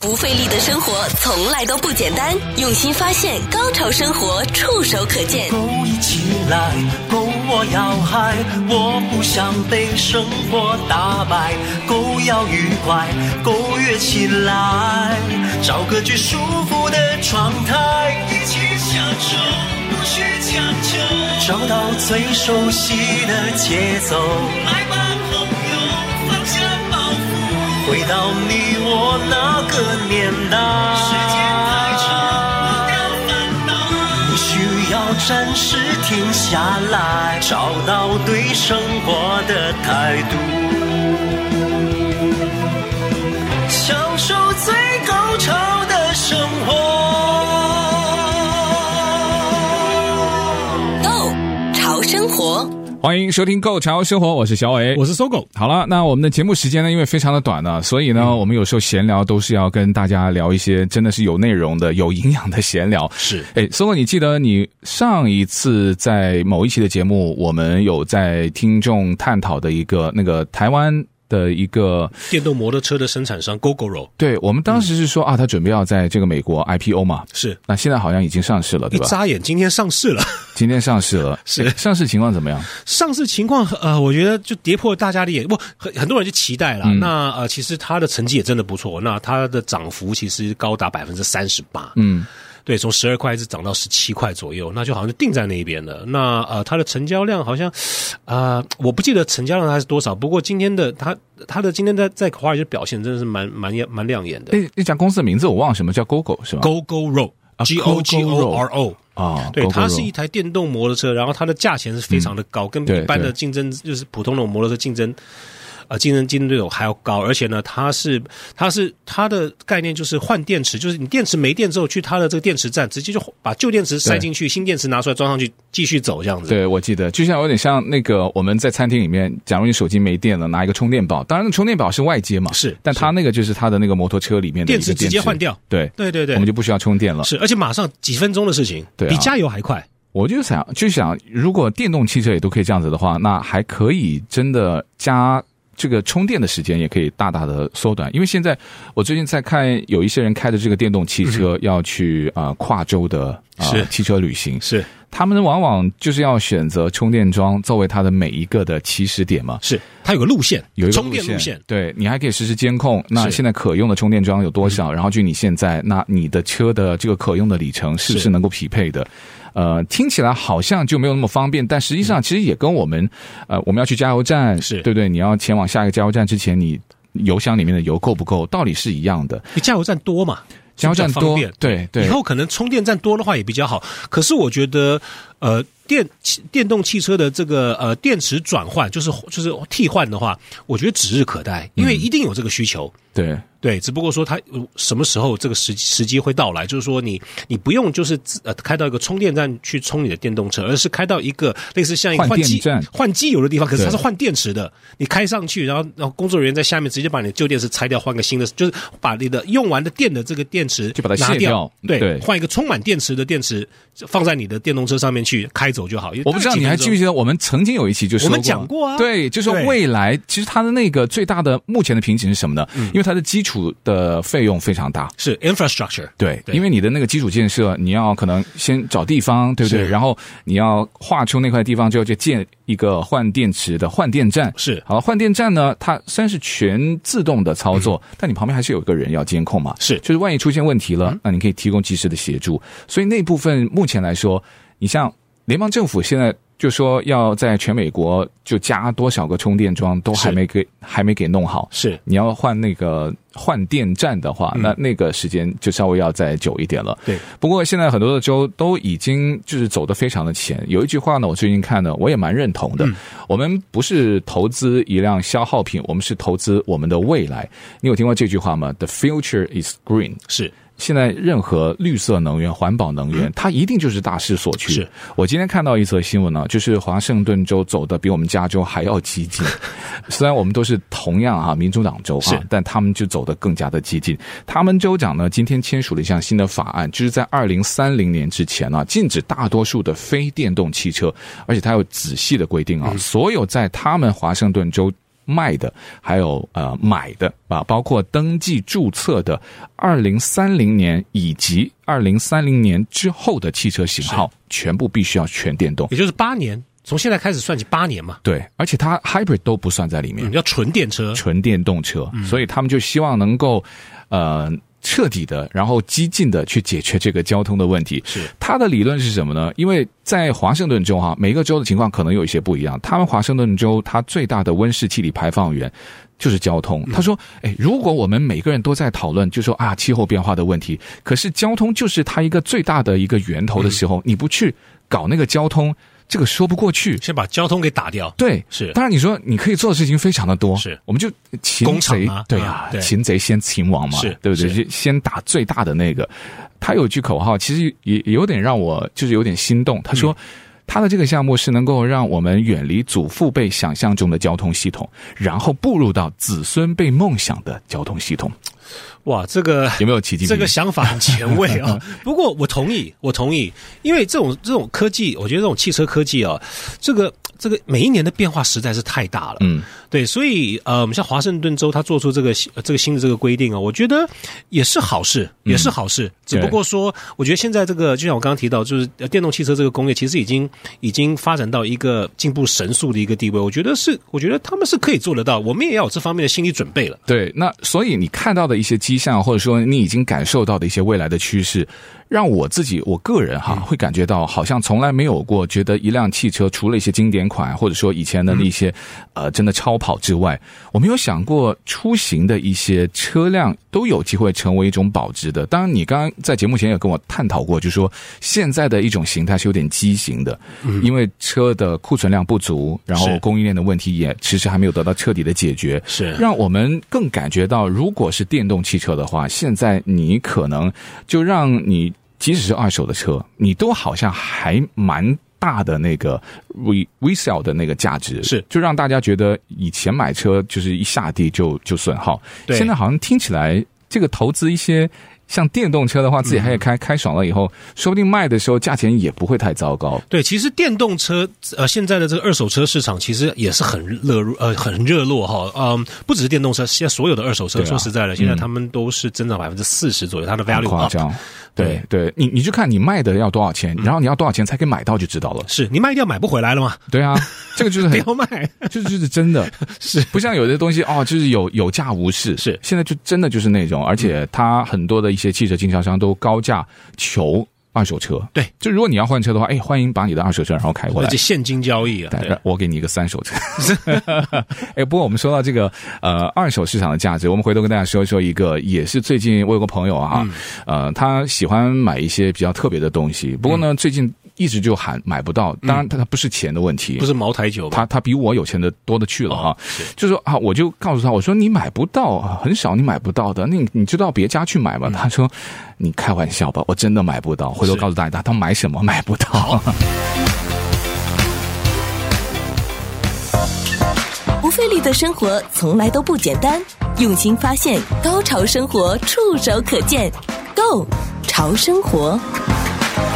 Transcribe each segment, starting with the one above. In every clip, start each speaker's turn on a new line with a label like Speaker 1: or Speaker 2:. Speaker 1: 不费力的生活从来都不简单，用心发现，高潮生活触手可见
Speaker 2: Go 一起来，Go 我要嗨，我不想被生活打败，Go 要愉快，Go 跃起来，找个最舒服的状态，一起享受，不需强求，找到最熟悉的节奏，来吧朋友，放下包袱，回到你我那个年代。时间太长，你需要暂时停下来，找到对生活的态度，享受最高潮的生活。
Speaker 1: ，Go 潮生活。
Speaker 3: 欢迎收听《购潮生活》，我是小伟，
Speaker 4: 我是搜狗。
Speaker 3: 好了，那我们的节目时间呢，因为非常的短呢，所以呢，我们有时候闲聊都是要跟大家聊一些真的是有内容的、有营养的闲聊。
Speaker 4: 是
Speaker 3: 哎，松哥，你记得你上一次在某一期的节目，我们有在听众探讨的一个那个台湾的一个，
Speaker 4: 电动摩托车的生产商 GoGoRo
Speaker 3: 对我们当时是说、啊，他准备要在这个美国 IPO 嘛，
Speaker 4: 是
Speaker 3: 那现在好像已经上市了，
Speaker 4: 一
Speaker 3: 对吧？
Speaker 4: 眨眼今天上市了，
Speaker 3: 今天上市了，
Speaker 4: 是
Speaker 3: 哎上市情况怎么样？
Speaker 4: 上市情况呃，我觉得就跌破大家的眼，不很很多人就期待啦。
Speaker 3: 嗯
Speaker 4: 那呃，其实它的成绩也真的不错，那它的涨幅其实高达百分之三十八，
Speaker 3: 嗯，
Speaker 4: 对，从十二块一直涨到十七块左右，那就好像就定在那边了。那呃，它的成交量好像，啊，我不记得成交量它是多少，不过今天的它它的今天在在华尔街表现真的是蛮蛮蛮亮眼的。
Speaker 3: 那哎那家公司的名字我忘了什么叫 GoGo 是吧
Speaker 4: Go Go Ro G O G O R O。
Speaker 3: 啊，
Speaker 4: 对，它
Speaker 3: GoGoRo
Speaker 4: 是一台电动摩托车，然后它的价钱是非常的高，跟
Speaker 3: 嗯对
Speaker 4: 一般的
Speaker 3: 对
Speaker 4: 竞争就是普通的摩托车竞争，呃，竞争竞争对手还要高。而且呢，它是它是它的概念就是换电池，就是你电池没电之后，去它的这个电池站直接就把旧电池塞进去，新电池拿出来装上去，继续走这样子。
Speaker 3: 对，我记得，就像有点像那个我们在餐厅里面，假如你手机没电了，拿一个充电宝，当然那个充电宝是外接嘛，
Speaker 4: 是
Speaker 3: 但它那个就是它的那个摩托车里面的一
Speaker 4: 电
Speaker 3: 个
Speaker 4: 池直接换，掉。
Speaker 3: 对，
Speaker 4: 对对对
Speaker 3: 我们，就不需要充电了。
Speaker 4: 是，而且马上几分钟的事情，
Speaker 3: 对啊
Speaker 4: 比加油还快。
Speaker 3: 我就想就想，如果电动汽车也都可以这样子的话，那还可以真的加。这个充电的时间也可以大大的缩短，因为现在我最近在看有一些人开的这个电动汽车要去啊、呃跨州的啊、呃
Speaker 4: 嗯是
Speaker 3: 汽车旅行，
Speaker 4: 是
Speaker 3: 他们往往就是要选择充电桩作为它的每一个的起始点嘛。
Speaker 4: 是，它有个路线，
Speaker 3: 有一个
Speaker 4: 充电路线。
Speaker 3: 对你还可以实时监控。那
Speaker 4: 是嗯
Speaker 3: 现在可用的充电桩有多少？然后据你现在，那你的车的这个可用的里程是不是
Speaker 4: 是
Speaker 3: 能够匹配的？呃，听起来好像就没有那么方便，但实际上其实也跟我们，呃，我们要去加油站，
Speaker 4: 嗯是
Speaker 3: 对不对？你要前往下一个加油站之前，你油箱里面的油够不够，道理是一样的。
Speaker 4: 你加油站多嘛？
Speaker 3: 加油站
Speaker 4: 比较
Speaker 3: 多
Speaker 4: 方便，
Speaker 3: 对对
Speaker 4: 以后可能充电站多的话也比较好。可是我觉得，呃，电汽电动汽车的这个呃电池转换，就是就是替换的话，我觉得指日可待，因为一定有这个需求。
Speaker 3: 对，
Speaker 4: 对，只不过说它呃什么时候这个时时机会到来，就是说你你不用就是自呃开到一个充电站去充你的电动车，而是开到一个类似像一个
Speaker 3: 换
Speaker 4: 换
Speaker 3: 电
Speaker 4: 机
Speaker 3: 站
Speaker 4: 换机油的地方，可是它
Speaker 3: 对
Speaker 4: 是换电池的，你开上去，然后然后工作人员在下面直接把你的旧电池拆掉，换个新的，就是把你的用完的电的这个电池
Speaker 3: 就把它卸
Speaker 4: 拿
Speaker 3: 掉嗯
Speaker 4: 对，
Speaker 3: 对
Speaker 4: 换一个充满电池的电池放在你的电动车上面去开走就好。
Speaker 3: 我不知道你还记不记得我们曾经有一期就说
Speaker 4: 我们讲过啊
Speaker 3: 对，就说
Speaker 4: 对
Speaker 3: 未来其实它的那个最大的目前的瓶颈是什么呢？
Speaker 4: 嗯
Speaker 3: 因为它的基础的费用非常大。
Speaker 4: 是 infrastructure
Speaker 3: 对，
Speaker 4: 对
Speaker 3: 因为你的那个基础建设，你要可能先找地方，对不对？
Speaker 4: 是
Speaker 3: 然后你要划出那块地方之后，就建一个换电池的换电站。
Speaker 4: 是
Speaker 3: 好了，换电站呢，它虽然是全自动的操作，但你旁边还是有一个人要监控嘛。
Speaker 4: 嗯是嗯
Speaker 3: 就是万一出现问题了，那你可以提供及时的协助。所以那部分目前来说，你像联邦政府现在就说要在全美国就加多少个充电桩，都还
Speaker 4: 是
Speaker 3: 没给还没给弄好。
Speaker 4: 是嗯
Speaker 3: 你要换那个换电站的话，那那个时间就稍微要再久一点了。
Speaker 4: 对，
Speaker 3: 不过现在很多的州都已经就是走得非常的前。有一句话呢，我最近看呢，我也蛮认同的。我们不是投资一辆消耗品，我们是投资我们的未来。你有听过这句话吗？The future is green。
Speaker 4: 是
Speaker 3: 现在任何绿色能源、环保能源，它一定就是大势所趋。
Speaker 4: 是
Speaker 3: 我今天看到一则新闻呢，就是华盛顿州走的比我们加州还要激进。虽然我们都是同样啊民主党州啊
Speaker 4: 是，
Speaker 3: 但他们就走得更加的激进。他们州长呢今天签署了一项新的法案，就是在二零三零年之前啊，禁止大多数的非电动汽车，而且它有仔细的规定啊，所有在他们华盛顿州。卖的，还有呃买的啊，包括登记注册的二零三零年以及二零三零年之后的汽车型号，全部必须要全电动。
Speaker 4: 也就是八年，从现在开始算起八年嘛，
Speaker 3: 对，而且它 hybrid 都不算在里面
Speaker 4: 嗯，，要纯电车，
Speaker 3: 纯电动车，所以他们就希望能够，呃。彻底的，然后激进的去解决这个交通的问题。
Speaker 4: 是
Speaker 3: 他的理论是什么呢？因为在华盛顿州哈、每个州的情况可能有一些不一样。他们华盛顿州它最大的温室气体排放源就是交通。他说：“哎，如果我们每个人都在讨论，就说啊气候变化的问题，可是交通就是它一个最大的一个源头的时候，你不去搞那个交通，这个说不过去。”
Speaker 4: 先把交通给打掉。
Speaker 3: 对，
Speaker 4: 是
Speaker 3: 当然，你说你可以做的事情非常的多，
Speaker 4: 是
Speaker 3: 我们就擒
Speaker 4: 工厂
Speaker 3: 贼，
Speaker 4: 啊
Speaker 3: 对
Speaker 4: 啊
Speaker 3: 呀、
Speaker 4: 对
Speaker 3: 擒贼先擒王嘛，
Speaker 4: 是
Speaker 3: 对不对？
Speaker 4: 是
Speaker 3: 就先打最大的那个。他有句口号，其实也也有点让我就是有点心动。他
Speaker 4: 嗯
Speaker 3: 说。他的这个项目是能够让我们远离祖父辈想象中的交通系统，然后步入到子孙辈梦想的交通系统，
Speaker 4: 哇，这个
Speaker 3: 有没有奇迹？
Speaker 4: 这个想法很前卫 啊、不过我同意，我同意，因为这种这种科技，我觉得这种汽车科技啊、这个这个每一年的变化实在是太大了。
Speaker 3: 嗯，
Speaker 4: 对，所以呃，我们像华盛顿州，它做出这个新呃这个新的这个规定啊，我觉得也是好事，也
Speaker 3: 嗯
Speaker 4: 是好事。只不过说，我觉得现在这个，就像我刚刚提到，就是呃电动汽车这个工业，其实已经已经发展到一个进步神速的一个地位。我觉得是，我觉得他们是可以做得到，我们也要有这方面的心理准备了。
Speaker 3: 对，那所以你看到的一些迹象，或者说你已经感受到的一些未来的趋势，让我自己我个人哈、会感觉到，好像从来没有过觉得一辆汽车除了一些经典款，或者说以前的那些、呃真的超跑之外，我没有想过出行的一些车辆都有机会成为一种保值的。当然，你刚刚在节目前也跟我探讨过，就是说现在的一种形态是有点畸形的，因为车的库存量不足，然后
Speaker 4: 是
Speaker 3: 供应链的问题也迟迟还没有得到彻底的解决，
Speaker 4: 是
Speaker 3: 让我们更感觉到，如果是电动汽车的话，现在你可能就让你即使是二手的车，你都好像还蛮。大的那个 re resale 的那个价值
Speaker 4: 是
Speaker 3: 就让大家觉得以前买车就是一下地就就损耗，
Speaker 4: 对
Speaker 3: 现在好像听起来这个投资一些像电动车的话，自己还可以
Speaker 4: 嗯
Speaker 3: 开、开爽了以后，说不定卖的时候价钱也不会太糟糕。
Speaker 4: 对，其实电动车呃，现在的这个二手车市场其实也是很热入呃很热络哈，嗯，不只是电动车，现在所有的二手车，
Speaker 3: 对啊
Speaker 4: 说实在的，现在
Speaker 3: 嗯
Speaker 4: 他们都是增长百分之四十左右，它的 value 哦
Speaker 3: 夸
Speaker 4: up。
Speaker 3: 张，对
Speaker 4: 对嗯
Speaker 3: 对，你你就看你卖的要多少钱，然后你要多少钱才可以买到就知道了。
Speaker 4: 是你卖掉买不回来了吗？
Speaker 3: 对啊，这个就是
Speaker 4: 不
Speaker 3: 很
Speaker 4: 要卖，
Speaker 3: 这就是真的，
Speaker 4: 是
Speaker 3: 不像有的东西哦，就是有有价无市。
Speaker 4: 是嗯
Speaker 3: 现在就真的就是那种，而且它很多的一些汽车经销商都高价求二手车。
Speaker 4: 对，
Speaker 3: 就如果你要换车的话，哎，欢迎把你的二手车然后开过
Speaker 4: 而
Speaker 3: 来
Speaker 4: 且。现金交易啊，
Speaker 3: 对
Speaker 4: 对，
Speaker 3: 我给你一个三手车。 哎，不过我们说到这个呃二手市场的价值，我们回头跟大家说一说一个，也是最近我有个朋友啊，
Speaker 4: 嗯
Speaker 3: 呃，他喜欢买一些比较特别的东西，不过
Speaker 4: 嗯
Speaker 3: 呢，最近一直就喊买不到。当然，他他不是钱的问题，
Speaker 4: 不是茅台酒
Speaker 3: 他
Speaker 4: 吗？
Speaker 3: 他比我有钱的多的去了哈、
Speaker 4: 哦是
Speaker 3: 就说啊，我就告诉他，我说你买不到，啊，很少你买不到的，那你你就到别家去买吧。他说你开玩笑吧，我真的买不到。回头
Speaker 4: 嗯是
Speaker 3: 告诉大家，他买什么买不到。
Speaker 1: 不费力的生活从来都不简单，用心发现，高潮生活触手可见 g o 潮生活。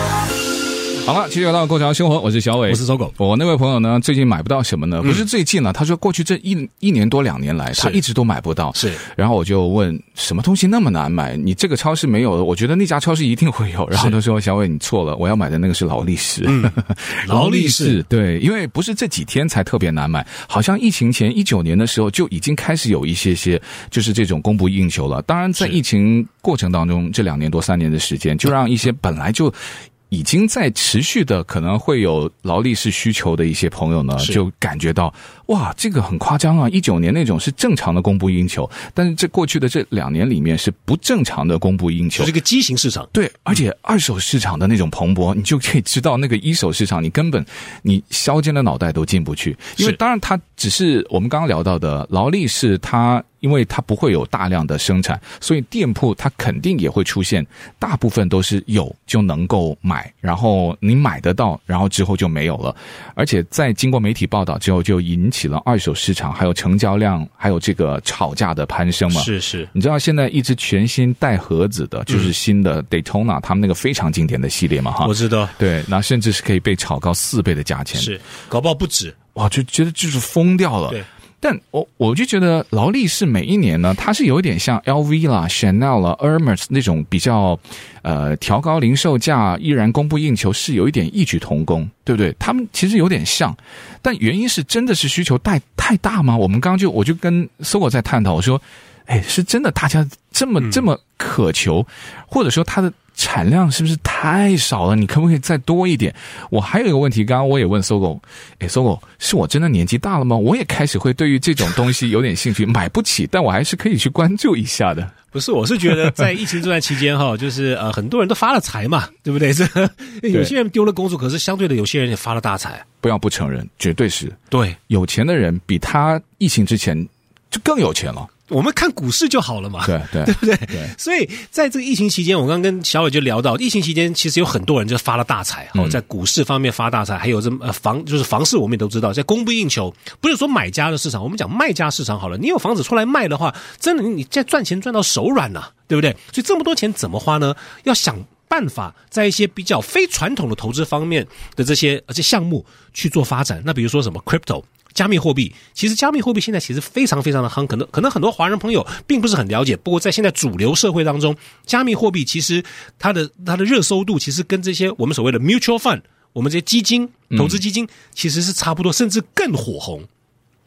Speaker 3: 好了，继续回到过桥生活，我是小伟，
Speaker 4: 我是搜狗嗯
Speaker 3: 我那位朋友呢，最近买不到什么呢？不是最近啊了，他说过去这一一年多两年来，他一直都买不到。
Speaker 4: 是，
Speaker 3: 然后我就问什么东西那么难买？你这个超市没有，我觉得那家超市一定会有。然后他说：“小伟，你错了，我要买的那个是劳力士。
Speaker 4: 嗯 劳力士
Speaker 3: 士对，因为不是这几天才特别难买，好像疫情前一九年的时候就已经开始有一些些就是这种供不应求了。当然，在
Speaker 4: 是
Speaker 3: 疫情过程当中，这两年多三年的时间，就让一些本来就已经在持续的可能会有劳力士需求的一些朋友呢，
Speaker 4: 是
Speaker 3: 就感觉到哇，这个很夸张啊！一九年那种是正常的供不应求，但是这过去的这两年里面是不正常的供不应求
Speaker 4: 就是一。个畸形市场。
Speaker 3: 对，而且二手市场的那种蓬勃，你就可以知道那个一手市场，你根本你削尖了脑袋都进不去。因为
Speaker 4: 是
Speaker 3: 当然它只是我们刚刚聊到的劳力士，它因为它不会有大量的生产，所以店铺它肯定也会出现，大部分都是有就能够买，然后你买得到，然后之后就没有了。而且在经过媒体报道之后，就引起了二手市场还有成交量还有这个吵架的攀升嘛。
Speaker 4: 是是，
Speaker 3: 你知道现在一直全新带盒子的，就是新的 Daytona，他们那个非常经典的系列嘛，哈
Speaker 4: 我。知道，
Speaker 3: 对，那甚至是可以被炒高四倍的价钱，
Speaker 4: 是，搞不好不止。
Speaker 3: 哇，就觉得就是疯掉了。
Speaker 4: 对，
Speaker 3: 但我我就觉得劳力士每一年呢，它是有点像 LV 啦、Chanel 啦、Hermes 那种比较呃调高零售价，依然供不应求，是有一点异曲同工，对不对？他们其实有点像，但原因是真的是需求太太大吗？我们刚刚就我就跟搜狗在探讨，我说，哎，是真的大家这么这么渴求，或者说它的产量是不是太少了？你可不可以再多一点？我还有一个问题，刚刚我也问搜狗，哎，搜狗，是我真的年纪大了吗？我也开始会对于这种东西有点兴趣，买不起， 但我还是可以去关注一下的。
Speaker 4: 不是，我是觉得在疫情这段期间哈， 就是呃，很多人都发了财嘛，对不对？这 有些人丢了工作，可是相对的，有些人也发了大财。
Speaker 3: 不要不承认，绝对是
Speaker 4: 对，
Speaker 3: 有钱的人比他疫情之前就更有钱了。
Speaker 4: 我们看股市就好了嘛。
Speaker 3: 对对
Speaker 4: 对不对？
Speaker 3: 对
Speaker 4: 所以在这个疫情期间，我刚刚跟小伟就聊到，疫情期间其实有很多人就发了大财，哦，在股市方面发大财，还有这么呃房就是房市，我们也都知道，在供不应求，不是说买家的市场，我们讲卖家市场好了。你有房子出来卖的话，真的你你在赚钱赚到手软呐、对不对？所以这么多钱怎么花呢？要想。办法在一些比较非传统的投资方面的这些呃这项目去做发展，那比如说什么 crypto 加密货币，其实加密货币现在其实非常非常的夯，可能可能很多华人朋友并不是很了解。不过在现在主流社会当中，加密货币其实它的它的热搜度其实跟这些我们所谓的 mutual fund，我们这些基金、投资基金其实是差不多，甚至更火红。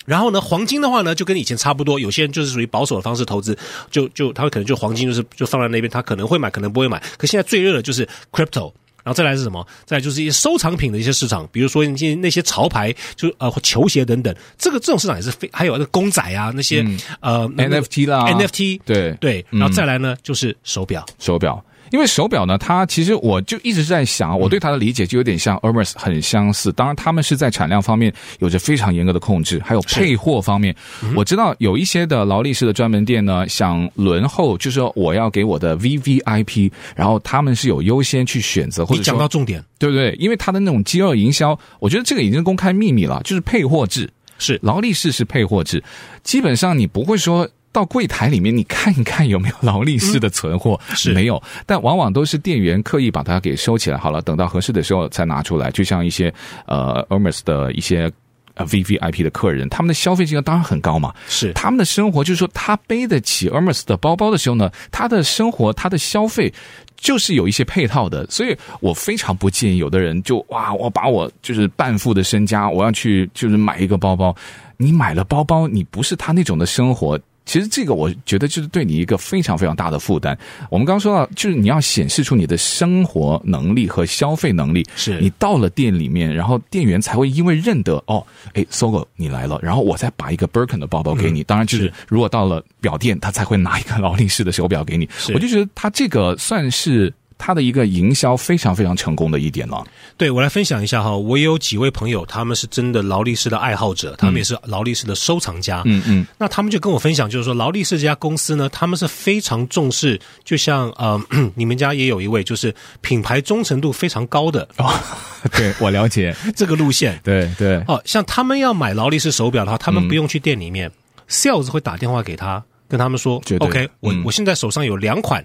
Speaker 4: 然后呢，黄金的话呢，就跟以前差不多，有些人就是属于保守的方式投资，就就他会可能就黄金就是就放在那边，他可能会买，可能不会买。可现在最热的就是 crypto。然后再来是什么？再来就是一些收藏品的一些市场，比如说那些那些潮牌，就是呃球鞋等等，这个这种市场也是非，还有那公仔啊那些、
Speaker 3: 嗯
Speaker 4: 呃那个
Speaker 3: NFT 啦
Speaker 4: NFT
Speaker 3: 对嗯
Speaker 4: 对，然后再来呢、就是手表，
Speaker 3: 手表，因为手表呢，它其实我就一直在想，
Speaker 4: 嗯
Speaker 3: 我对它的理解就有点像 Hermes 很相似。当然，他们是在产量方面有着非常严格的控制，还有配货方面，
Speaker 4: 嗯
Speaker 3: 我知道有一些的劳力士的专门店呢，想轮候，就是说我要给我的 VVIP，然后他们是有优先去选择，或
Speaker 4: 你
Speaker 3: 者
Speaker 4: 讲到
Speaker 3: 说
Speaker 4: 重点
Speaker 3: 对不对？因为它的那种饥饿营销，我觉得这个已经是公开秘密了，就是配货制。
Speaker 4: 是
Speaker 3: 劳力士是配货制，基本上你不会说到柜台里面你看一看有没有劳力士的存货，
Speaker 4: 是
Speaker 3: 没有，但往往都是店员刻意把它给收起来好了，等到合适的时候才拿出来。就像一些呃 Hermes 的一些。呃 V V I P 的客人，他们的消费金额当然很高嘛，
Speaker 4: 是
Speaker 3: 他们的生活就是说，他背得起 Hermes 的包包的时候呢，他的生活、他的消费就是有一些配套的，所以我非常不建议有的人就哇，我把我就是半副的身家，我要去就是买一个包包。你买了包包，你不是他那种的生活。其实这个我觉得就是对你一个非常非常大的负担。我们刚刚说到，就是你要显示出你的生活能力和消费能力，
Speaker 4: 是
Speaker 3: 你到了店里面，然后店员才会因为认得哦，哎，搜狗你来了，然后我再把一个 Birkin 的包包
Speaker 4: 嗯
Speaker 3: 给你。当然，就是如果到了表店，他才会拿一个劳力士的手表给你。我就觉得他这个算是他的一个营销非常非常成功的一点 了。
Speaker 4: 对我来分享一下哈，我有几位朋友，他们是真的劳力士的爱好者，他们也是劳力士的收藏家。
Speaker 3: 嗯嗯，
Speaker 4: 那他们就跟我分享，就是说劳力士这家公司呢，他们是非常重视，就像呃， 你们家也有一位，就是品牌忠诚度非常高的
Speaker 3: 哦，对我了解，
Speaker 4: 这个路线。
Speaker 3: 对嗯对，
Speaker 4: 哦，像他们要买劳力士手表的话，他们不用去店里面、s a l e s 会打电话给他，跟他们说
Speaker 3: 绝对
Speaker 4: ，OK，我、
Speaker 3: 嗯
Speaker 4: 我现在手上有两款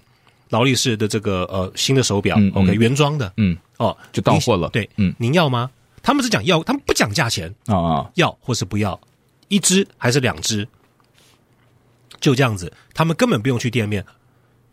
Speaker 4: 劳力士的这个呃新的手表、
Speaker 3: 嗯
Speaker 4: o
Speaker 3: 嗯
Speaker 4: k 原装的，
Speaker 3: 嗯
Speaker 4: 哦，
Speaker 3: 就到货了
Speaker 4: 您对，
Speaker 3: 嗯
Speaker 4: 嗯，您要吗？他们只讲要，他们不讲价钱，
Speaker 3: 啊啊，
Speaker 4: 要或是不要，一只还是两只，就这样子，他们根本不用去店面。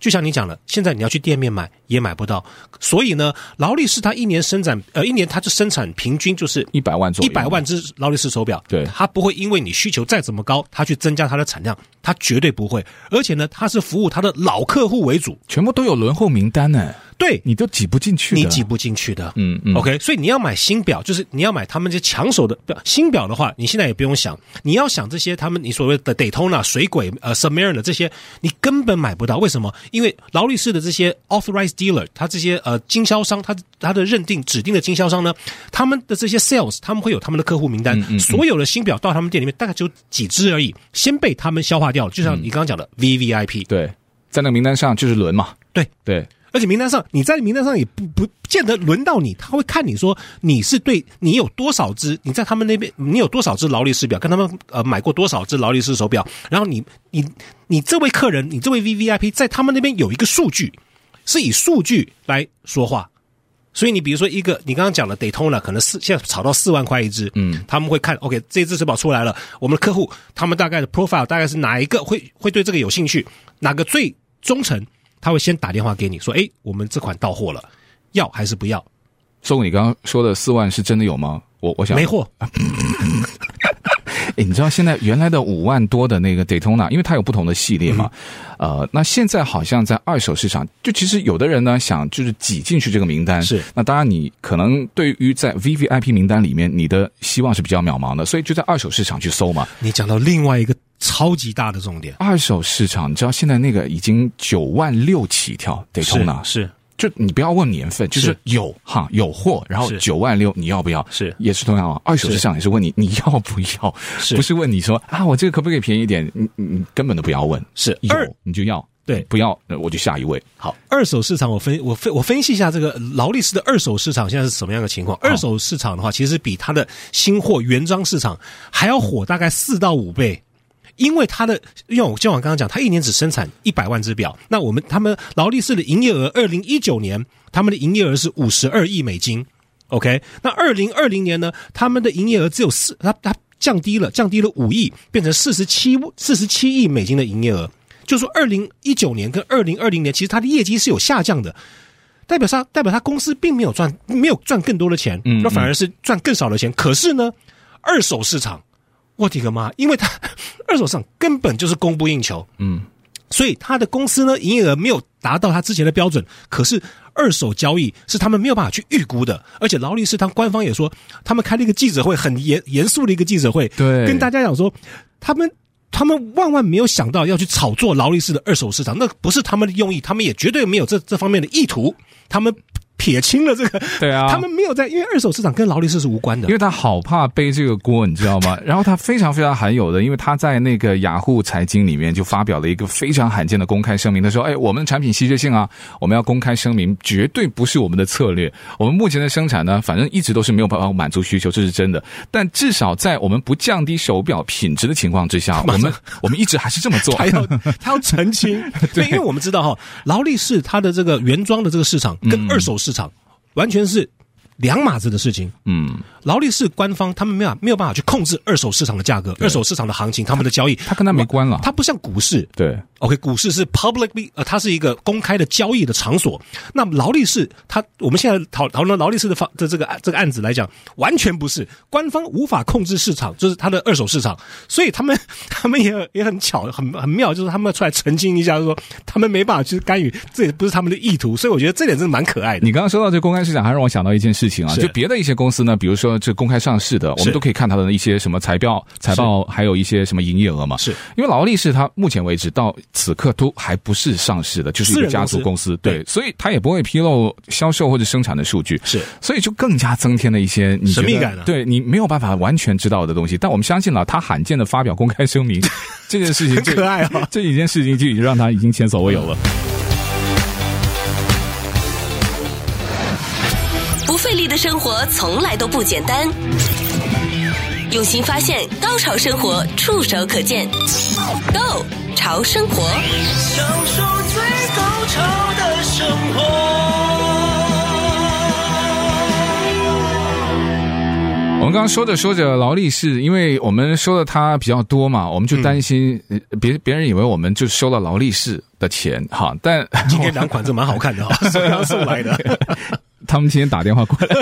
Speaker 4: 就像你讲的，现在你要去店面买也买不到，所以呢，劳力士它一年生产呃一年它就生产平均就是
Speaker 3: 一百万左
Speaker 4: 一
Speaker 3: 右，
Speaker 4: 百万只劳力士手表，
Speaker 3: 对
Speaker 4: 它不会因为你需求再怎么高，它去增加它的产量，它绝对不会。而且呢，它是服务它的老客户为主，
Speaker 3: 全部都有轮候名单呢，
Speaker 4: 对
Speaker 3: 你都挤不进去的，
Speaker 4: 你挤不进去的。
Speaker 3: 嗯嗯
Speaker 4: OK，所以你要买新表，就是你要买他们这抢手的不新表的话，你现在也不用想，你要想这些他们你所谓的 Daytona 水鬼呃 Submariner 这些，你根本买不到。为什么？因为劳力士的这些 Authorized Dealer，他这些呃经销商，他他的认定指定的经销商呢，他们的这些 Sales，他们会有他们的客户名单，
Speaker 3: 嗯
Speaker 4: 所有的新表到他们店里面大概只有几只而已，先被他们消化掉了。
Speaker 3: 嗯
Speaker 4: 就像你刚刚讲的 VVIP，、
Speaker 3: 对，在那个名单上就是轮嘛，
Speaker 4: 对，
Speaker 3: 对，
Speaker 4: 而且名单上，你在名单上也不不不见得轮到你，他会看你说你是对你有多少只，你在他们那边你有多少只劳力士表，跟他们呃买过多少只劳力士手表，然后你你你这位客人，你这位 V V I P 在他们那边有一个数据，是以数据来说话，所以你比如说一个，你刚刚讲的 Daytona 可能四现在炒到四万块一只，嗯，他们会看 OK 这只手表出来了，我们的客户他们大概的 profile 大概是哪一个会会对这个有兴趣，哪个最忠诚，他会先打电话给你说，哎，我们这款到货了，要还是不要？
Speaker 3: 宋，你刚刚说的四万是真的有吗？我我想
Speaker 4: 没货，
Speaker 3: 哎诶你知道现在原来的五万多的那个 Daytona，因为它有不同的系列嘛，呃，那现在好像在二手市场，就其实有的人呢想就是挤进去这个名单，
Speaker 4: 是
Speaker 3: 那当然你可能对于在 VVIP 名单里面，你的希望是比较渺茫的，所以就在二手市场去搜嘛。
Speaker 4: 你讲到另外一个超级大的重点，
Speaker 3: 二手市场，你知道现在那个已经九万六起跳
Speaker 4: 是
Speaker 3: Daytona，
Speaker 4: 是
Speaker 3: 就你不要问年份，就是
Speaker 4: 是
Speaker 3: 有哈有货，然后
Speaker 4: 是
Speaker 3: 九万六你要不要？
Speaker 4: 是
Speaker 3: 也是同样啊，二手市场也是问你你要不要，
Speaker 4: 是
Speaker 3: 不是问你说啊我这个可不可以便宜一点？你你你根本都不要问，
Speaker 4: 是
Speaker 3: 有
Speaker 4: 二
Speaker 3: 你就要，
Speaker 4: 对
Speaker 3: 不要呃我就下一位。好，
Speaker 4: 二手市场我，分我分我分析一下这个劳力士的二手市场现在是什么样的情况。二手市场的话，其实比它的新货原装市场还要火大概四到五倍，因为它的，因为我就像我刚刚讲，它一年只生产一百万只表，那我们他们劳力士的营业额，二零一九年他们的营业额是五十二亿美金，OK，那二零二零年呢，他们的营业额只有四，它它降低了，降低了五亿，变成四十七四十七亿美金的营业额。就说二零一九年跟二零二零年，其实它的业绩是有下降的，代表它代表它公司并没有赚没有赚更多的钱，那反而是赚更少的钱。可是呢，二手市场，我的个妈！因为它 二手市场根本就是供不应求，嗯，所以它的公司呢营业额没有达到它之前的标准，可是。二手交易是他们没有办法去预估的，而且劳力士他们官方也说，他们开了一个记者会，很严严肃的一个记者会，
Speaker 3: 对
Speaker 4: 跟大家讲说，他们他们万万没有想到要去炒作劳力士的二手市场，那不是他们的用意，他们也绝对没有这这方面的意图，他们撇清了这个，
Speaker 3: 对啊
Speaker 4: 他们没有在，因为二手市场跟劳力士是无关的
Speaker 3: 因，为他好怕背这个锅，你知道吗？然后他非常非常罕有的，因为他在那个雅虎财经里面就发表了一个非常罕见的公开声明，他说：“哎，我们的产品稀缺性啊，我们要公开声明，绝对不是我们的策略。我们目前的生产呢，反正一直都是没有办法满足需求，这是真的。但至少在我们不降低手表品质的情况之下，我们我们一直还是这么 做。
Speaker 4: 他要他要澄清，对，因为我们知道哈，劳力士它的这个原装的这个市场
Speaker 3: 嗯
Speaker 4: 跟二手市场完全是两码子的事情，
Speaker 3: 嗯，
Speaker 4: 劳力士官方他们没有没有办法去控制二手市场的价格，二手市场的行情，他们的交易，
Speaker 3: 他跟他没关了
Speaker 4: 它不像股市，
Speaker 3: 对，
Speaker 4: OK，股市是 publicly，呃，它是一个公开的交易的场所。那么劳力士，它我们现在讨讨论劳力士的方的这个案这个案子来讲，完全不是官方无法控制市场，就是它的二手市场，所以他们 他们也也很巧，很很妙，就是他们出来澄清一下说他们没办法去干预，这也不是他们的意图。所以我觉得这点真的蛮可爱的。
Speaker 3: 你刚刚说到这公开市场，还让我想到一件事情啊，
Speaker 4: 是
Speaker 3: 就别的一些公司呢，比如说这公开上市的，我
Speaker 4: 是
Speaker 3: 们都可以看它的一些什么财报、财报，还有一些什么营业额嘛。
Speaker 4: 是
Speaker 3: 因为劳力士它目前为止到此刻都还不是上市的，就是一个
Speaker 4: 私人
Speaker 3: 家
Speaker 4: 公司
Speaker 3: 族公司，对
Speaker 4: 对，
Speaker 3: 所以它也不会披露销售或者生产的数据，
Speaker 4: 是
Speaker 3: 所以就更加增添了一些你觉得
Speaker 4: 神秘感啊
Speaker 3: 对你没有办法完全知道的东西。但我们相信了，它罕见的发表公开声 明这件事情就，
Speaker 4: 可爱啊
Speaker 3: 这一件事情就已经让它已经前所未有了。
Speaker 1: 不费力的生活从来都不简单，用心发现，高潮生活触手可见 Go 潮生活，
Speaker 2: 享受最高潮的生活。
Speaker 3: 我们刚刚说着说着劳力士，因为我们说的它比较多嘛，我们就担心呃别别人以为我们就收了劳力士的钱哈，但
Speaker 4: 今天两款真蛮好看 的哈、手上送来的。
Speaker 3: 他们今天打电话过 来。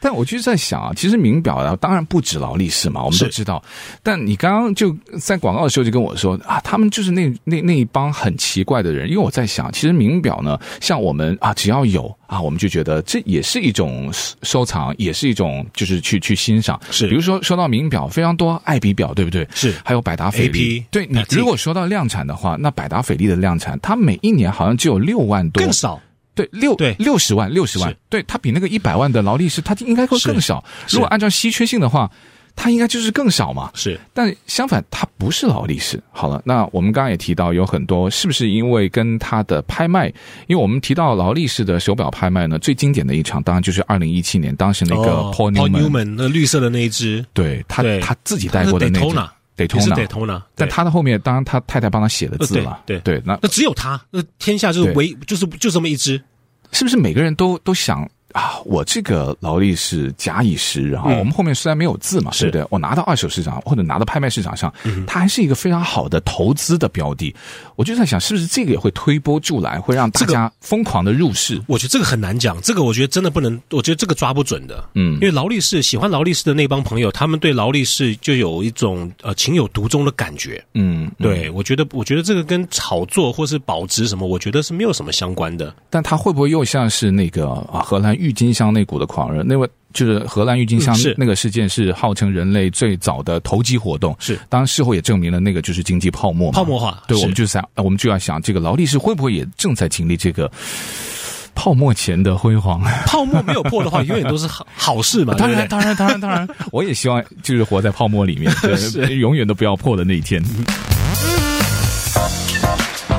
Speaker 3: 但我就是在想啊，其实名表啊，当然不止劳力士嘛，我们都
Speaker 4: 是
Speaker 3: 知道。但你刚刚就在广告的时候就跟我说啊，他们就是那那那一帮很奇怪的人。因为我在想，其实名表呢，像我们啊，只要有啊，我们就觉得这也是一种收收藏，也是一种就是去去欣赏。
Speaker 4: 是
Speaker 3: 比如说说到名表，非常多爱彼表，对不对？
Speaker 4: 是
Speaker 3: 还有百达翡丽
Speaker 4: AP。
Speaker 3: 对你
Speaker 4: Patek
Speaker 3: 如果说到量产的话，那百达翡丽的量产，它每一年好像只有六万多，
Speaker 4: 更少，
Speaker 3: 对，六
Speaker 4: 对
Speaker 3: 六十万，六十万
Speaker 4: 是，
Speaker 3: 对，它比那个一百万的劳力士，它应该会更少。
Speaker 4: 是
Speaker 3: 如果按照稀缺性的话，它应该就是更少嘛。
Speaker 4: 是
Speaker 3: 但相反，它不是劳力士。好了，那我们刚刚也提到，有很多是不是因为跟它的拍卖？因为我们提到劳力士的手表拍卖呢，最经典的一场当然就是二零一七年，当时那个
Speaker 4: 哦
Speaker 3: Paul
Speaker 4: Paul
Speaker 3: Newman，
Speaker 4: Newman 那绿色的那一只，
Speaker 3: 对他
Speaker 4: 对
Speaker 3: 他自己戴过的那只
Speaker 4: Daytona，也是
Speaker 3: Daytona，
Speaker 4: Daytona，
Speaker 3: 但
Speaker 4: 对呃
Speaker 3: 他的后面当然他太太帮他写的字了，
Speaker 4: 对
Speaker 3: 对，那
Speaker 4: 那只有他，那天下就是
Speaker 3: 对
Speaker 4: 唯就是就这么一只，
Speaker 3: 是不是每个人都都想啊，我这个劳力是假以时日啊？
Speaker 4: 嗯
Speaker 3: 我们后面虽然没有字嘛，
Speaker 4: 是嗯
Speaker 3: 对不对？我拿到二手市场或者拿到拍卖市场上，它还是一个非常好的投资的标的。我就在想，是不是这个也会推波助澜，会让大
Speaker 4: 这个
Speaker 3: 家疯狂的入市？
Speaker 4: 我觉得这个很难讲，这个我觉得真的不能，我觉得这个抓不准的。
Speaker 3: 嗯
Speaker 4: 因为劳力士喜欢劳力士的那帮朋友，他们对劳力士就有一种呃情有独钟的感觉。
Speaker 3: 嗯，嗯。
Speaker 4: 对，我觉得，我觉得这个跟炒作或是保值什么，我觉得是没有什么相关的。
Speaker 3: 但它会不会又像是那个啊荷兰郁金香那股的狂热？那位就是荷兰郁金香
Speaker 4: 嗯是
Speaker 3: 那个事件是号称人类最早的投机活动，
Speaker 4: 是
Speaker 3: 当然事后也证明了那个就是经济泡沫嘛，
Speaker 4: 泡沫化
Speaker 3: 对，
Speaker 4: 是
Speaker 3: 我们就想，呃我们就要想这个劳力士会不会也正在经历这个泡沫前的辉煌？
Speaker 4: 泡沫没有破的话，永远都是好好事嘛。
Speaker 3: 啊当
Speaker 4: 对不
Speaker 3: 然，
Speaker 4: 对
Speaker 3: 当然，当然，当然， 我也希望就是活在泡沫里 面，对，永远都不要破的那一 天。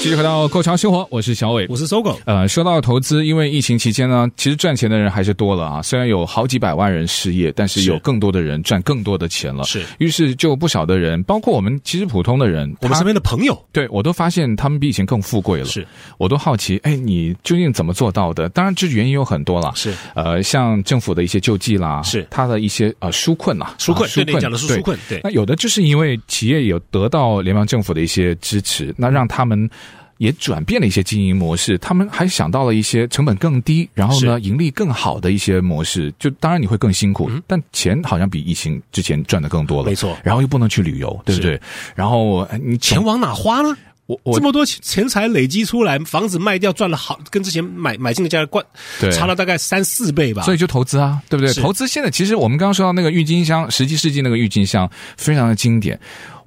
Speaker 3: 继续回到《购潮生活》，我是小伟，
Speaker 4: 我是搜狗，
Speaker 3: 呃，说到投资，因为疫情期间呢，其实赚钱的人还是多了啊。虽然有好几百万人失业，但是
Speaker 4: 是
Speaker 3: 有更多的人赚更多的钱了。
Speaker 4: 是
Speaker 3: 于是就不少的人，包括我们其实普通的人，
Speaker 4: 我们
Speaker 3: 他
Speaker 4: 身边的朋友
Speaker 3: 对我都发现他们比以前更富贵了。
Speaker 4: 是，
Speaker 3: 我都好奇，哎，你究竟怎么做到的？当然，这原因有很多了。
Speaker 4: 是
Speaker 3: 呃，像政府的一些救济啦，
Speaker 4: 是
Speaker 3: 他的一些呃纾困啦，
Speaker 4: 纾困
Speaker 3: 啊，
Speaker 4: 对你讲的是纾困，对
Speaker 3: 那，有的就是因为企业有得到联邦政府的一些支持，那让他们。也转变了一些经营模式，他们还想到了一些成本更低，然后呢盈利更好的一些模式。就当然你会更辛苦，但钱好像比疫情之前赚的更多了，
Speaker 4: 嗯没错
Speaker 3: 然后又不能去旅游，对不对？然后呃你总
Speaker 4: 钱往哪花呢？
Speaker 3: 我我
Speaker 4: 这么多钱财累积出来，房子卖掉赚了好，跟之前买买进的价格关
Speaker 3: 对
Speaker 4: 差了大概三四倍吧。
Speaker 3: 所以就投资啊，对不对？
Speaker 4: 是
Speaker 3: 投资现在其实我们刚刚说到那个郁金香，十七世纪那个郁金香非常的经典。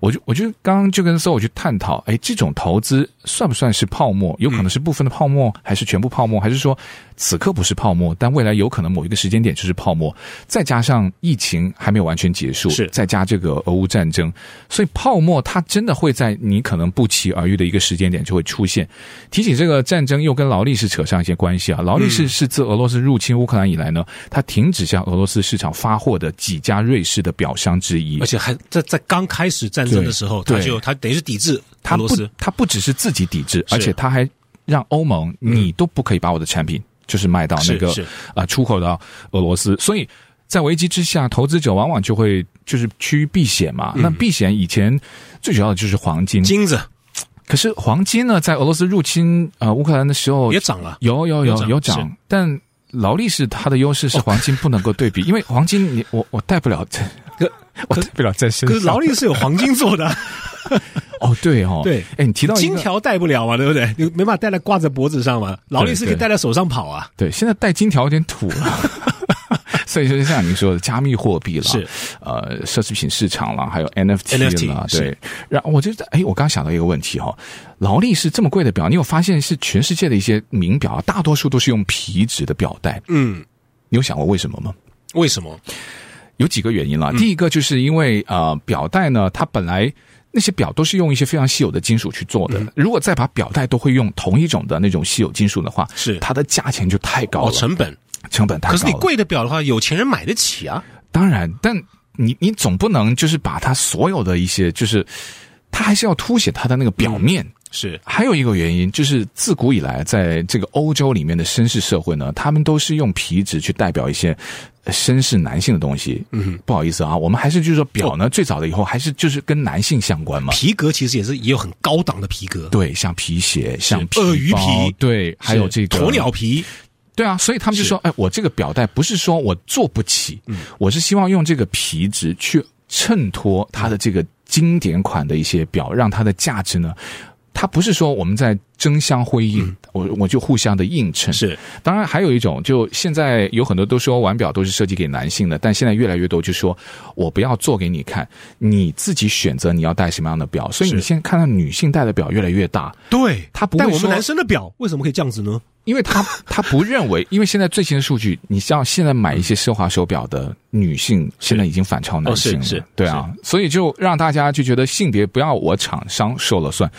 Speaker 3: 我就我就刚刚就跟 so 我去探讨，哎，这种投资算不算是泡沫？有可能是部分的泡沫，还是全部泡沫？还是说此刻不是泡沫，但未来有可能某一个时间点就是泡沫？再加上疫情还没有完全结束，
Speaker 4: 是
Speaker 3: 再加这个俄乌战争，所以泡沫它真的会在你可能不期而遇的一个时间点就会出现。提起这个战争，又跟劳力士扯上一些关系啊。劳力士是自俄罗斯入侵乌克兰以来呢，它停止向俄罗斯市场发货的几家瑞士的表商之一
Speaker 4: 而。且还在在刚开始战争的时候，
Speaker 3: 对
Speaker 4: 他
Speaker 3: 对
Speaker 4: 就他等于是抵制
Speaker 3: 它
Speaker 4: 俄
Speaker 3: 不
Speaker 4: 罗斯，，
Speaker 3: 它不只是自己抵制，
Speaker 4: 是嗯
Speaker 3: 而且它还让欧盟，你都不可以把我的产品就是卖到那
Speaker 4: 是
Speaker 3: 个
Speaker 4: 是
Speaker 3: 啊、出口到俄罗斯，所以。在危机之下，投资者往往就会就是趋于避险嘛。那避险以前最主要的就是黄金，
Speaker 4: 嗯金子
Speaker 3: 可是黄金呢，在俄罗斯入侵呃乌克兰的时候
Speaker 4: 也涨了。
Speaker 3: 有有
Speaker 4: 有
Speaker 3: 有
Speaker 4: 涨
Speaker 3: 有
Speaker 4: 是哦
Speaker 3: 涨，但劳力士它的优势是黄金不能够对 比，因为黄金你我我带不了在， 我带不了在身
Speaker 4: 可
Speaker 3: 上。
Speaker 4: 是劳力士有黄金做的啊，
Speaker 3: 哦对哦
Speaker 4: 对
Speaker 3: 哎你提到一
Speaker 4: 金
Speaker 3: 个
Speaker 4: 条戴不了嘛，对不对？你没办法戴在挂在脖子上嘛，劳力士可以戴在手上跑啊。
Speaker 3: 对，现在戴金条有点土 了。所以说，像您说的，加密货币了，
Speaker 4: 是
Speaker 3: 呃，奢侈品市场了，还有 NFT 了
Speaker 4: NFT
Speaker 3: 对。然后我就在哎，我刚想到一个问题哈、劳力士这么贵的表，你有发现是全世界的一些名表啊，大多数都是用皮质的表带，
Speaker 4: 嗯，
Speaker 3: 你有想过为什么吗？
Speaker 4: 为什么？
Speaker 3: 有几个原因啦。
Speaker 4: 嗯
Speaker 3: 第一个就是因为呃，表带呢，它本来那些表都是用一些非常稀有的金属去做的，
Speaker 4: 嗯
Speaker 3: 如果再把表带都会用同一种的那种稀有金属的话，
Speaker 4: 是
Speaker 3: 它的价钱就太高了，
Speaker 4: 哦，成本。
Speaker 3: 成本太高
Speaker 4: 可
Speaker 3: 了。
Speaker 4: 是你贵的表的话，有钱人买得起啊。
Speaker 3: 当然，但你你总不能就是把它所有的一些就是。它还是要凸显它的那个
Speaker 4: 嗯
Speaker 3: 表面，
Speaker 4: 是
Speaker 3: 还有一个原因就是，自古以来，在这个欧洲里面的绅士社会呢，他们都是用皮质去代表一些呃绅士男性的东西。嗯，不好意思啊，我们还是就是说表呢，最早的以后还是就是跟男性相关嘛。
Speaker 4: 哦皮革，其实也是也有很高档的皮革，
Speaker 3: 对，像皮鞋，像皮
Speaker 4: 鳄鱼
Speaker 3: 包
Speaker 4: 皮
Speaker 3: 对，还有这
Speaker 4: 是
Speaker 3: 个
Speaker 4: 鸵鸟皮，
Speaker 3: 对啊，所以他们就说，哎，我这个表带不是说我做不起，
Speaker 4: 嗯
Speaker 3: 我是希望用这个皮质去衬托它的这个经典款的一些表，让它的价值呢。它不是说我们在争相辉映，我我就互相的映衬。
Speaker 4: 嗯是，
Speaker 3: 当然还有一种，就现在有很多都说腕表都是设计给男性的，但现在越来越多就说我不要做给你看，你自己选择你要戴什么样的表。所以你
Speaker 4: 是
Speaker 3: 现在看到女性戴的表越来越大，
Speaker 4: 对，
Speaker 3: 它不会
Speaker 4: 但我
Speaker 3: 说
Speaker 4: 们男生的表为什么可以这样子呢？
Speaker 3: 因为他他不认为，因为现在最新的数据，你像现在买一些奢华手表的女性，现在已经反超男性了，
Speaker 4: 哦是是
Speaker 3: 对啊，所以就让大家就觉得性别不要我厂商说了算，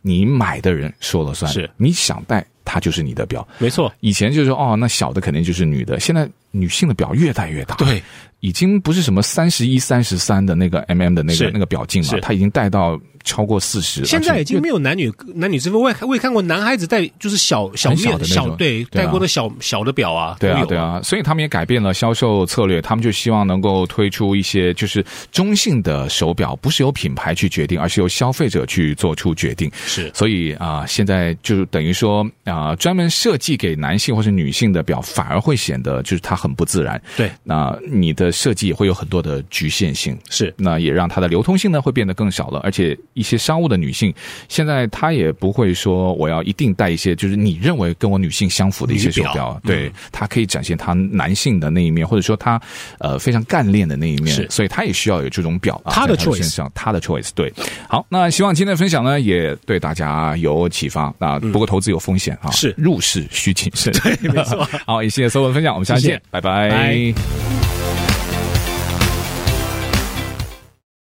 Speaker 3: 你买的人说了算，
Speaker 4: 是
Speaker 3: 你想戴它就是你的表。
Speaker 4: 没错，
Speaker 3: 以前就是哦，那小的肯定就是女的，现在女性的表越带越大，
Speaker 4: 对，
Speaker 3: 已经不是什么三十一、三十三的那个 mm 的那个
Speaker 4: 是
Speaker 3: 那个表径了
Speaker 4: 是，
Speaker 3: 它已经带到超过四十。
Speaker 4: 现在已经
Speaker 3: 而且
Speaker 4: 没有男女男女之分。我也看我也看过男孩子戴就是小小
Speaker 3: 很小
Speaker 4: 面
Speaker 3: 的那种
Speaker 4: 对
Speaker 3: 对啊
Speaker 4: 戴过的小小的表啊，
Speaker 3: 对
Speaker 4: 都
Speaker 3: 啊
Speaker 4: 有
Speaker 3: 对，啊，所以他们也改变了销售策略，他们就希望能够推出一些就是中性的手表，不是由品牌去决定，而是由消费者去做出决定。
Speaker 4: 是
Speaker 3: 所以啊、现在就是等于说啊、专门设计给男性或是女性的表，反而会显得就是它很不自然。
Speaker 4: 对
Speaker 3: 那、你的设计也会有很多的局限性，
Speaker 4: 是
Speaker 3: 那也让它的流通性呢会变得更少了。而且一些商务的女性，现在她也不会说我要一定带一些就是你认为跟我女性相符的一些手
Speaker 4: 女表
Speaker 3: 对，她可以展现她男性的那一面，或者说她呃非常干练的那一面，
Speaker 4: 是
Speaker 3: 所以她也需要有这种表啊，
Speaker 4: 她的
Speaker 3: 在她
Speaker 4: choice
Speaker 3: 身上，她的 choice 对。好，那希望今天的分享呢也对大家有启发。那不过投资有风险啊，
Speaker 4: 嗯是
Speaker 3: 入市需谨慎，对，没错。好，也谢谢所有的分享，我们下期
Speaker 4: 谢谢
Speaker 3: 见，拜拜
Speaker 4: 拜